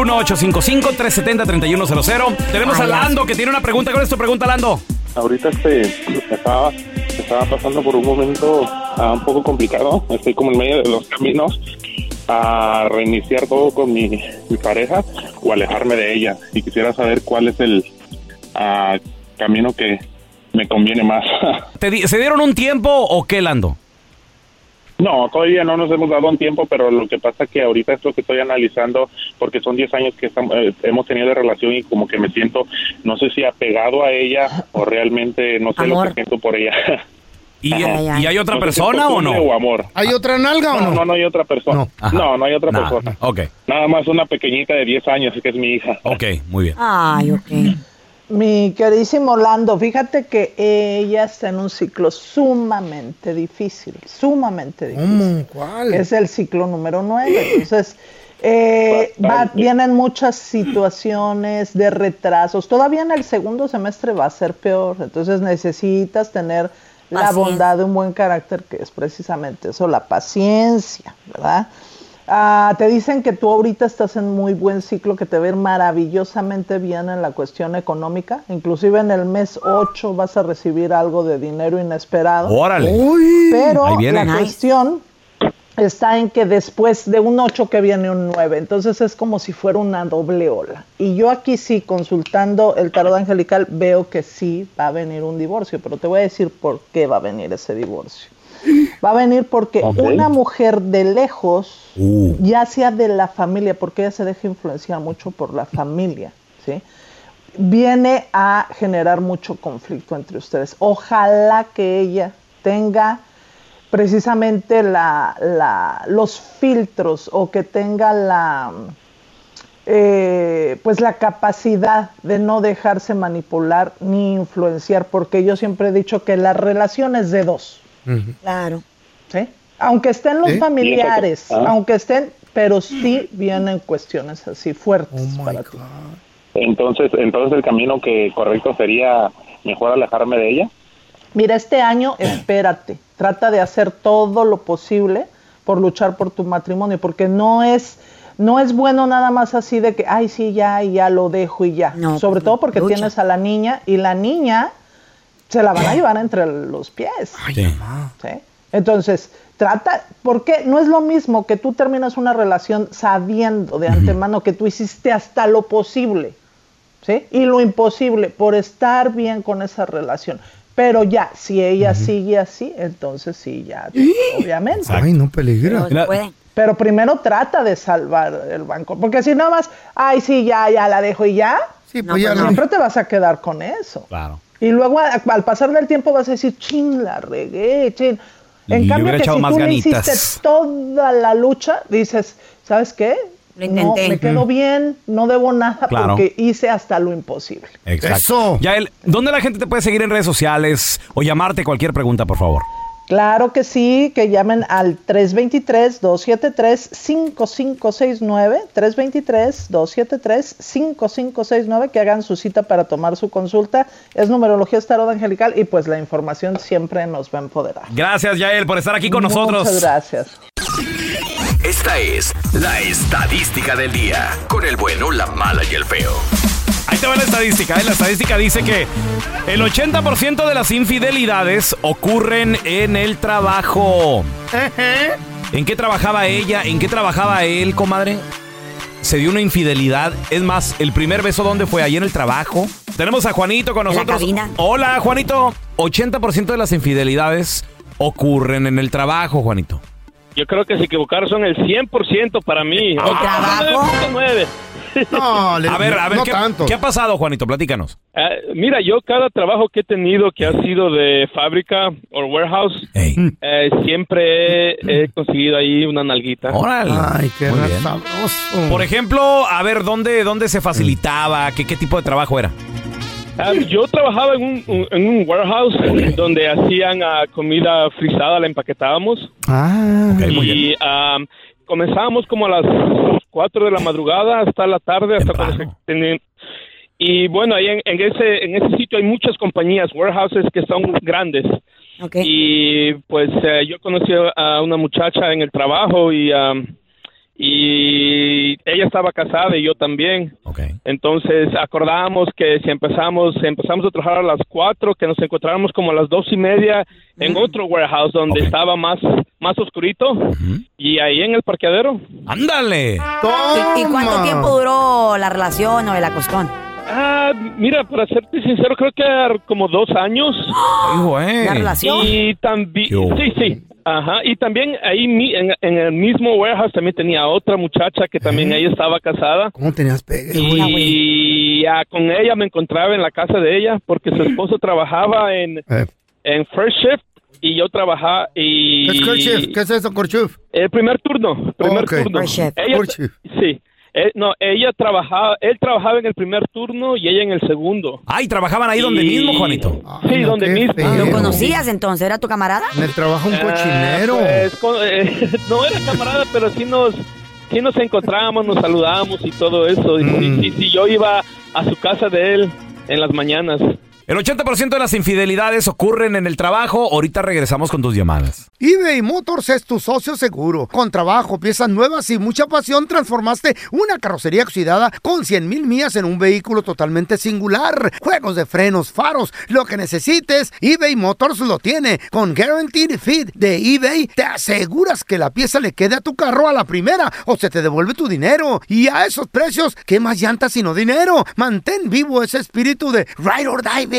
A: 1-855-370-3100. Tenemos a Lando que tiene una pregunta. ¿Cuál es tu pregunta, Lando?
Q: Ahorita este, estaba, estaba pasando por un momento ah, un poco complicado. Estoy como en medio de los caminos a reiniciar todo con mi, mi pareja o alejarme de ella. Y quisiera saber cuál es el ah, camino que me conviene más.
A: ¿Te di- ¿Se dieron un tiempo o qué, Lando?
Q: No, todavía no nos hemos dado un tiempo, pero lo que pasa que ahorita es lo que estoy analizando, porque son 10 años que estamos- eh, hemos tenido de relación y como que me siento, no sé si apegado a ella o realmente no sé lo que siento por ella.
A: ¿Y,
Q: Ajá.
A: y hay otra
Q: No sé si
A: persona
Q: es
A: o no?
Q: costumbre amor.
C: ¿Hay otra nalga o
Q: No,
C: no?
Q: no, no hay otra persona. No, no, hay otra
A: Nah,
Q: persona.
A: Ok,
Q: Nada más una pequeñita de 10 años, que es mi hija.
A: ok, muy bien.
D: Ay, ok.
P: Mi queridísimo Lando, fíjate que ella está en un ciclo sumamente difícil, sumamente difícil.
C: ¿Cuál?
P: Es el ciclo número 9. Entonces, eh, va- vienen muchas situaciones de retrasos. Todavía en el segundo semestre va a ser peor. Entonces necesitas tener la bondad de un buen carácter, que es precisamente eso, la paciencia, ¿verdad? Ah, te dicen que tú ahorita estás en muy buen ciclo, que te va a ir maravillosamente bien en la cuestión económica. Inclusive en el mes 8 vas a recibir algo de dinero inesperado.
A: Órale.
P: Pero
A: Ahí viene.
P: la
A: Nice.
P: cuestión está en que después de un 8 que viene un 9. Entonces es como si fuera una doble ola. Y yo aquí sí, consultando el tarot angelical, veo que sí va a venir un divorcio, pero te voy a decir por qué va a venir ese divorcio. Va a venir porque
R: Ok.
P: una mujer de lejos
A: Uh.
C: Uh,
P: ya sea de la familia, porque ella se deja influenciar mucho por la familia, ¿sí? Viene a generar mucho conflicto entre ustedes. Ojalá que ella tenga precisamente la, la- los filtros o que tenga la eh, pues la capacidad de no dejarse manipular ni influenciar, porque yo siempre he dicho que las relaciones de dos. Claro. ¿Sí? Aunque estén los
C: ¿Sí?
P: familiares,
C: Ah.
P: aunque estén, pero sí vienen cuestiones así fuertes para ti.
Q: Entonces, entonces el camino que correcto sería mejor alejarme de ella.
P: Mira, este año espérate, trata de hacer todo lo posible por luchar por tu matrimonio, porque no es no es bueno nada más así de que, ay, sí, ya, y ya lo dejo y ya. Sobre todo porque
C: lucha.
P: tienes a la niña y la niña se la van a llevar entre los pies. ¿sí? Entonces, trata, porque no es lo mismo que tú terminas una relación sabiendo de antemano que tú hiciste hasta lo posible, ¿sí? Y lo imposible por estar bien con esa relación. Pero ya, si ella sigue así, entonces sí, ya, obviamente.
C: Ah, Ay, no peligra.
P: Pero, pero primero trata de salvar el banco, porque si nada más, ay, sí, ya, ya la dejo y ya,
C: pues ya no.
P: siempre te vas a quedar con eso.
A: Claro.
P: Y luego a- al pasar del tiempo vas a decir, ching, la regué, chin. En
A: Le
P: cambio,
A: hubiera
P: que si
A: echado
P: tú
A: más
P: le
A: ganitas.
P: hiciste toda la lucha, dices, ¿sabes qué? No,
A: intenté.
P: me quedo
A: Mm.
P: bien, no debo nada
A: Claro.
P: porque hice hasta lo imposible.
A: Exacto. Yael, ¿dónde la gente te puede seguir en redes sociales o llamarte cualquier pregunta, por favor?
P: Claro que sí, que llamen al 323-273-5569, 323-273-5569, que hagan su cita para tomar su consulta. Es numerología es tarot angelical y pues la información siempre nos va a empoderar.
A: Gracias, Yael, por estar aquí con nosotros.
P: Muchas gracias.
B: Esta es la estadística del día. Con el bueno, la mala y el feo.
A: Ahí te va la estadística. ¿eh? La estadística dice que el 80% de las infidelidades ocurren en el trabajo. ¿En qué trabajaba ella? ¿En qué trabajaba él, comadre? Se dio una infidelidad. Es más, el primer beso, ¿dónde fue? Ahí en el trabajo. Tenemos a Juanito con
D: En la
A: nosotros.
D: cabina.
A: Hola, Juanito. 80% de las infidelidades ocurren en el trabajo, Juanito.
S: Yo creo que se equivocaron son el 100% para mí. ¿El trabajo?
C: No,
A: a ver, a ver,
S: no
A: ¿qué,
S: tanto.
A: ¿qué ha pasado, Juanito? Platícanos.
S: Ah, mira, yo cada trabajo que he tenido que ha sido de fábrica o warehouse, eh, siempre he, he conseguido ahí una nalguita.
A: Órale. Ay, qué Por ejemplo, a ver, ¿dónde, dónde se facilitaba? ¿Qué, ¿Qué tipo de trabajo era?
S: Ah, yo trabajaba en un, un- en un warehouse donde hacían ah, comida frisada, la empaquetábamos.
C: Ah,
S: y am, comenzábamos como a las 4 de la madrugada hasta la tarde, hasta cuando se extendían. Y bueno, ahí en, en ese, en ese sitio hay muchas compañías, warehouses que son grandes. Y pues eh, yo conocí a una muchacha en el trabajo y, am, y ella estaba casada y yo también. Entonces acordábamos que si empezamos, si empezamos a trabajar a las 4, que nos encontráramos como a las dos y media en otro warehouse donde estaba más, más oscurito y ahí en el parqueadero.
A: ¡Ándale!
D: ¿Y, y cuánto tiempo duró la relación o el acostón?
S: Ah, mira, para serte sincero, creo que ar- como dos años.
A: güey.
D: ¿La relación?
S: Y también,
A: Qué hubo.
S: sí, sí. Ajá, y también ahí mi- en, en el mismo warehouse también tenía otra muchacha que también ella estaba casada.
C: ¿Eh? ¿Cómo tenías pegue?
S: Y ah, con ella me encontraba en la casa de ella porque su esposo trabajaba en,
C: Eh.
S: en first shift y yo trabajaba y...
C: ¿Qué es Kerchief? ¿Qué es eso, Kerchief?
S: El primer turno, primer
C: Ok.
S: turno.
C: First shift.
S: Ella-
C: First shift.
S: sí. Eh, no, ella trabajaba, él trabajaba en el primer turno y ella en el segundo. Ah,
A: Ay, Ah, trabajaban ahí donde mismo, Juanito.
S: Sí, donde mismo.
D: ¿Lo conocías entonces? ¿Era tu camarada?
C: En el trabajo un
S: Ah, pues, con- eh, no era camarada, pero sí nos, sí nos encontrábamos, nos
C: Mm.
S: saludábamos y todo eso. Y sí, sí, sí, yo iba a su casa de él en las mañanas.
A: El 80% de las infidelidades ocurren en el trabajo. Ahorita regresamos con tus llamadas.
C: eBay Motors es tu socio seguro. Con trabajo, piezas nuevas y mucha pasión, transformaste una carrocería oxidada con 100.000 mil millas en un vehículo totalmente singular. Juegos de frenos, faros, lo que necesites, eBay Motors lo tiene. Con Guaranteed Fit de eBay, te aseguras que la pieza le quede a tu carro a la primera o se te devuelve tu dinero. Y a esos precios, ¿qué más llantas sino dinero? Mantén vivo ese espíritu de Ride or Die,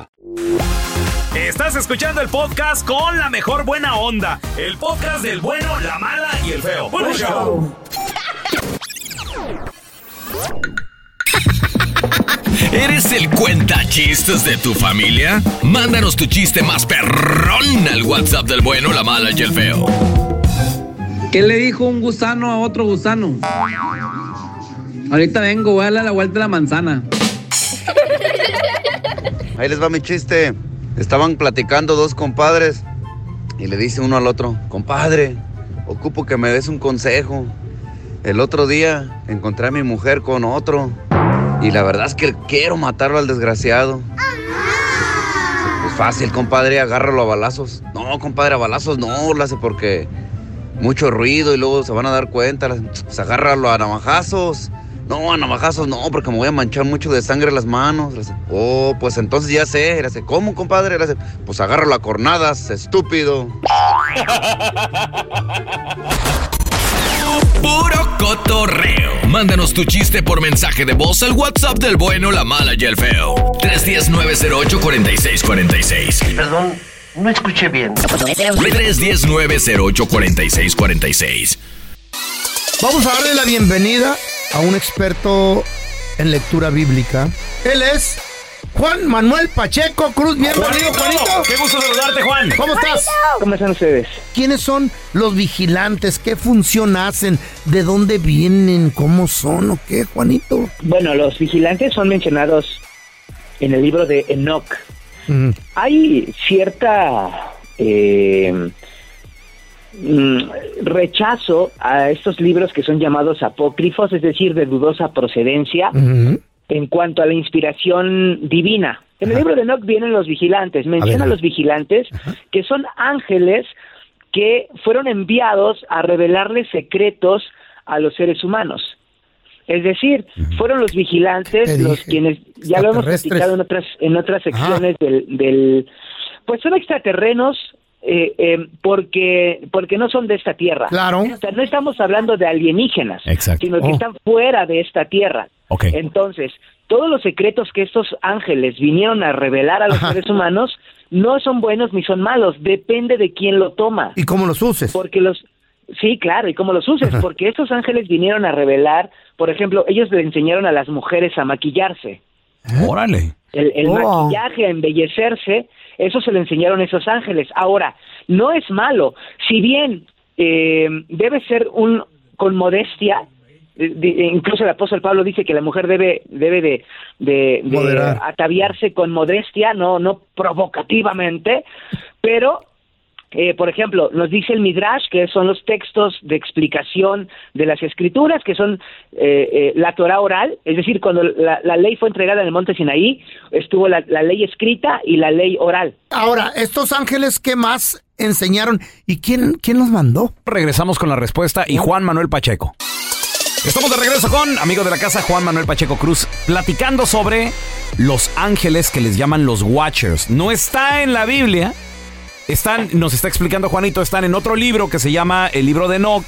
A: Estás escuchando el podcast con la mejor buena onda. El podcast del bueno, la mala y el feo. Bueno, show.
B: ¿Eres el cuenta chistes de tu familia? Mándanos tu chiste más perrón al WhatsApp del bueno, la mala y el feo.
T: ¿Qué le dijo un gusano a otro gusano? Ahorita vengo, voy a darle la vuelta a la manzana.
R: Ahí les va mi chiste. Estaban platicando dos compadres y le dice uno al otro, compadre, ocupo que me des un consejo. El otro día encontré a mi mujer con otro y la verdad es que quiero matarlo al desgraciado. Pues fácil, compadre, agárralo a balazos. No, compadre, a balazos no, lo hace porque mucho ruido y luego se van a dar cuenta. Pues agárralo a navajazos. No, a navajazos no, porque me voy a manchar mucho de sangre las manos. Le hace, Oh, pues entonces ya sé. Le hace, ¿Cómo, compadre? Le hace, Pues agárralo a cornadas, estúpido.
B: Puro cotorreo. Mándanos tu chiste por mensaje de voz al WhatsApp del bueno, la mala y el feo. 319-08-4646.
U: Perdón, no escuché bien.
B: 319-08-4646.
C: Vamos a darle la bienvenida a un experto en lectura bíblica. Él es Juan Manuel Pacheco Cruz. Bienvenido,
A: Juanito,
C: Juanito.
A: qué gusto saludarte, Juan.
C: ¿Cómo estás?
A: Juanito.
C: ¿Cómo están ustedes? ¿Quiénes son los vigilantes? ¿Qué función hacen? ¿De dónde vienen? ¿Cómo son o qué, Juanito?
U: Bueno, los vigilantes son mencionados en el libro de Enoch. Hay cierta eh, mm, rechazo a estos libros que son llamados apócrifos, es decir, de dudosa procedencia, en cuanto a la inspiración divina. En el libro de Enoch vienen los vigilantes, menciona
V: a
U: a
V: ver.
U: los vigilantes que son ángeles que fueron enviados a revelarles secretos a los seres humanos. Es decir, fueron los vigilantes los quienes, ya lo hemos platicado en otras, en otras secciones del, del- Pues son extraterrenos eh, eh, porque, porque no son de esta tierra.
C: Claro.
U: O sea, no estamos hablando de alienígenas,
A: Exacto.
U: sino que
A: Oh.
U: están fuera de esta tierra.
A: Ok.
U: Entonces, todos los secretos que estos ángeles vinieron a revelar a los seres humanos no son buenos ni son malos, depende de quién lo toma.
C: ¿Y cómo los uses?
U: Porque los Sí, claro, y cómo los uses,
C: Ajá.
U: porque estos ángeles vinieron a revelar, por ejemplo, ellos le enseñaron a las mujeres a maquillarse.
A: Órale.
U: El, el
A: Oh.
U: maquillaje, a embellecerse, eso se lo enseñaron esos ángeles. Ahora, no es malo, si bien eh, debe ser un con modestia. eh, di- Incluso el apóstol Pablo dice que la mujer debe debe de, de- de
C: Moderar.
U: ataviarse con modestia, no no provocativamente, pero eh, por ejemplo, nos dice el Midrash, que son los textos de explicación de las escrituras, que son eh, eh, la Torah oral, es decir, cuando la, la ley fue entregada en el monte Sinaí, estuvo la, la ley escrita y la ley oral.
C: Ahora, estos ángeles, ¿qué más enseñaron? ¿Y quién, quién los mandó?
A: Regresamos con la respuesta y Juan Manuel Pacheco. Estamos de regreso con amigo de la casa Juan Manuel Pacheco Cruz platicando sobre los ángeles que les llaman los Watchers. No está en la Biblia. Están, nos está explicando Juanito, están en otro libro que se llama el libro de Enoch.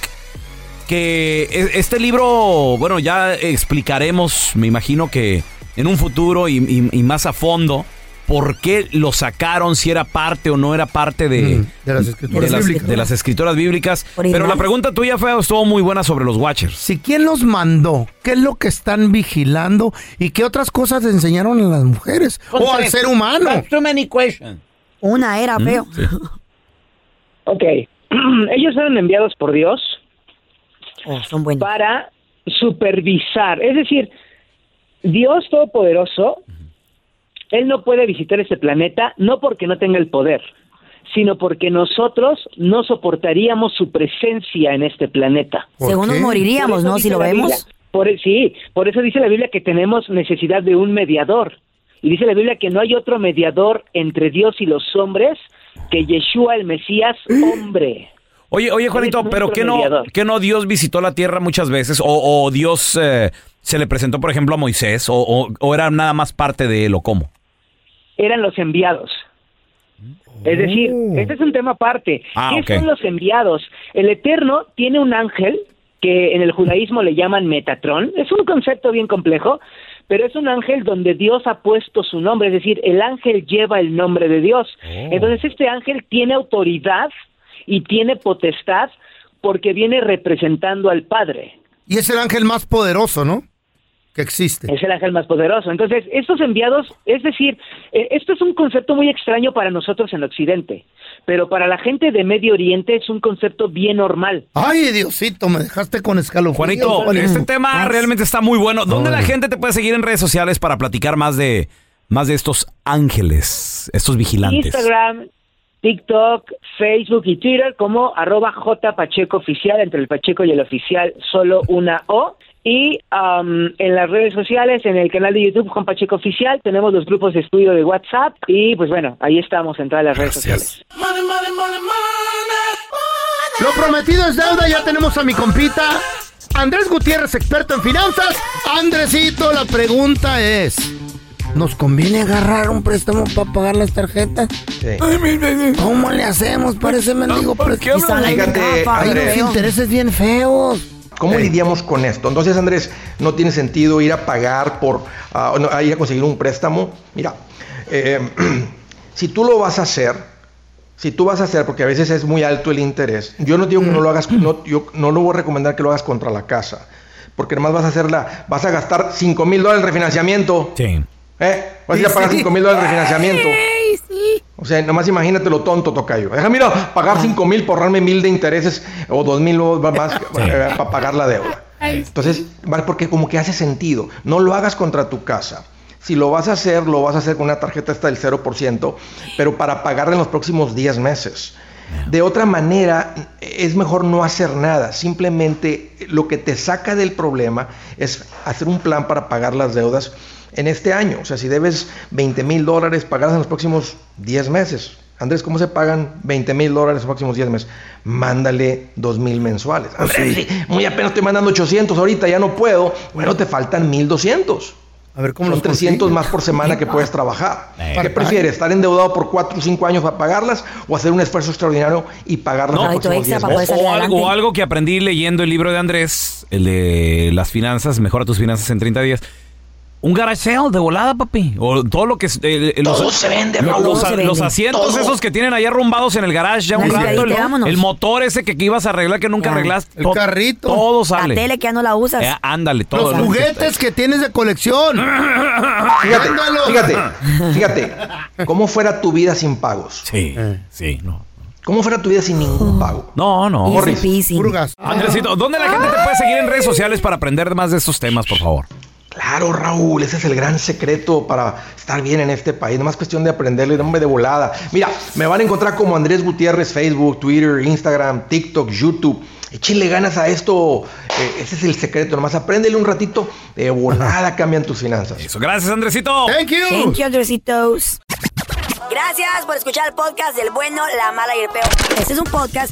A: que e- este libro, bueno, ya explicaremos, me imagino que en un futuro y, y- y más a fondo, por qué lo sacaron, si era parte o no era parte de,
C: de las escrituras
A: de las-
C: bíblicas.
A: de las escritoras bíblicas. Pero
C: Original.
A: la pregunta tuya, Feo, estuvo muy buena sobre los Watchers.
C: Si quién los mandó, qué es lo que están vigilando y qué otras cosas enseñaron a las mujeres o Oh, al ser humano.
D: Too many questions. Una era,
U: Mm,
D: feo.
U: Ok. Ellos fueron enviados por Dios para supervisar. Es decir, Dios Todopoderoso, Él no puede visitar este planeta no porque no tenga el poder, sino porque nosotros no soportaríamos su presencia en este planeta.
D: ¿Por Según nos qué? moriríamos,
U: Por eso
D: ¿no? Si
U: dice
D: lo
U: la
D: vemos.
U: Biblia- por- e-, sí, por eso dice la Biblia que tenemos necesidad de un mediador. Y dice la Biblia que no hay otro mediador entre Dios y los hombres que Yeshua el Mesías hombre.
A: Oye, oye, Juanito,
U: Eres
A: pero
U: nuestro
A: ¿qué no,
U: mediador.
A: que no Dios visitó la tierra muchas veces? ¿O, o Dios eh, se le presentó, por ejemplo, a Moisés? O, o- o era nada más parte de él o cómo?
U: Eran los enviados. Es decir, este es un tema aparte.
A: Oh. Ah,
U: ¿Qué
A: ok.
U: son los enviados? El Eterno tiene un ángel que en el judaísmo le llaman Metatrón. Es un concepto bien complejo, pero es un ángel donde Dios ha puesto su nombre. Es decir, el ángel lleva el nombre de Dios.
A: Oh.
U: Entonces, este ángel tiene autoridad y tiene potestad porque viene representando al Padre.
C: Y es el ángel más poderoso, ¿no? Que existe.
U: Es el ángel más poderoso. Entonces, estos enviados, es decir, eh, esto es un concepto muy extraño para nosotros en Occidente, pero para la gente de Medio Oriente es un concepto bien normal.
C: Ay, Diosito, me dejaste con escalofríos.
A: Juanito,
C: Juan.
A: este tema
C: Más.
A: realmente está muy bueno. ¿Dónde la gente te puede seguir en redes sociales para platicar más de, más de estos ángeles, estos vigilantes?
U: Instagram, TikTok, Facebook y Twitter como arroba J Pacheco Oficial, entre el Pacheco y el Oficial, solo una O. Y am, en las redes sociales, en el canal de YouTube Juan Pacheco Oficial, tenemos los grupos de estudio de WhatsApp y pues bueno, ahí estamos en todas las redes sociales.
C: Lo prometido es deuda, ya tenemos a mi compita. Andrés Gutiérrez, experto en finanzas. Andresito, la pregunta es... ¿Nos conviene agarrar un préstamo para pagar las tarjetas? ¿Cómo le hacemos para ese mendigo préstamo?
W: hablas de Fíjate, capa?
C: Hay
W: Andrés.
C: unos intereses bien feos.
W: ¿Cómo lidiamos con esto? Entonces, Andrés, no tiene sentido ir a pagar por, ah, no, a ir a conseguir un préstamo. Mira, eh, si tú lo vas a hacer, si tú vas a hacer, porque a veces es muy alto el interés, yo no digo que no
C: Mm.
W: lo hagas, no, yo no lo voy a recomendar que lo hagas contra la casa, porque además vas a hacerla, vas a gastar 5 mil dólares en refinanciamiento.
A: Sí.
W: ¿Eh? Vas a ir a pagar 5 mil dólares de refinanciamiento. O sea, nomás imagínate lo tonto, Tocayo. Deja, mira, pagar 5 mil por ahorrarme mil de intereses o 2 mil más eh, para pagar la deuda. Entonces, vale, porque como que hace sentido. No lo hagas contra tu casa. Si lo vas a hacer, lo vas a hacer con una tarjeta hasta del 0%, pero para pagar en los próximos 10 meses. De otra manera, es mejor no hacer nada. Simplemente lo que te saca del problema es hacer un plan para pagar las deudas en este año. O sea, si debes 20 mil dólares, pagarlas en los próximos 10 meses. Andrés, ¿cómo se pagan 20 mil dólares en los próximos 10 meses? Mándale 2 mil mensuales.
C: Pues
W: Andrés, sí, muy apenas estoy mandando 800 ahorita, ya no puedo. Bueno, te faltan 1200.
C: A ver, ¿cómo
W: Son
C: los
W: 300 más por semana que puedes trabajar.
C: Eh.
W: ¿Qué prefieres? ¿Estar endeudado por 4 o 5 años para pagarlas o hacer un esfuerzo extraordinario y pagarlas
A: No,
W: los próximos 10 meses?
A: o, algo, o algo que aprendí leyendo el libro de Andrés, el de las finanzas, mejora tus finanzas en 30 días. Un garage sale de volada, papi. O todo lo que... es- eh, eh,
W: Todo se vende,
A: lo-
W: Raúl.
A: los,
W: Todo se vende.
A: los asientos
W: Todo.
A: esos que tienen ahí arrumbados en el garage ya un
W: Las
A: rato. El,
W: caídas, vámonos.
A: el motor ese que, que ibas a arreglar que nunca
C: Ah,
A: arreglaste.
C: el
A: to-
C: carrito.
A: Todo sale.
D: La tele que ya no la usas.
A: Eh, ándale, todo.
C: Los
A: lo que-
C: juguetes que tienes de colección.
W: Fíjate,
C: Mándalos.
W: fíjate, fíjate, ¿cómo fuera tu vida sin pagos?
A: Sí, sí, no.
W: ¿Cómo fuera tu vida sin ningún pago?
A: No, no.
W: Morris,
C: Puro gasto.
A: Andresito, ¿dónde la gente te puede seguir en redes sociales para aprender más de estos temas, por favor?
W: Claro, Raúl, ese es el gran secreto para estar bien en este país. Nomás cuestión de aprenderlo y nombre de volada. Mira, me van a encontrar como Andrés Gutiérrez, Facebook, Twitter, Instagram, TikTok, YouTube. Échale ganas a esto. eh, ese es el secreto. Nomás apréndele un ratito. De volada cambian tus finanzas.
A: Eso, gracias, Andresito.
W: Thank you.
D: Thank you, Andresitos. Gracias por escuchar el podcast del bueno, la mala y el peor. Este es un podcast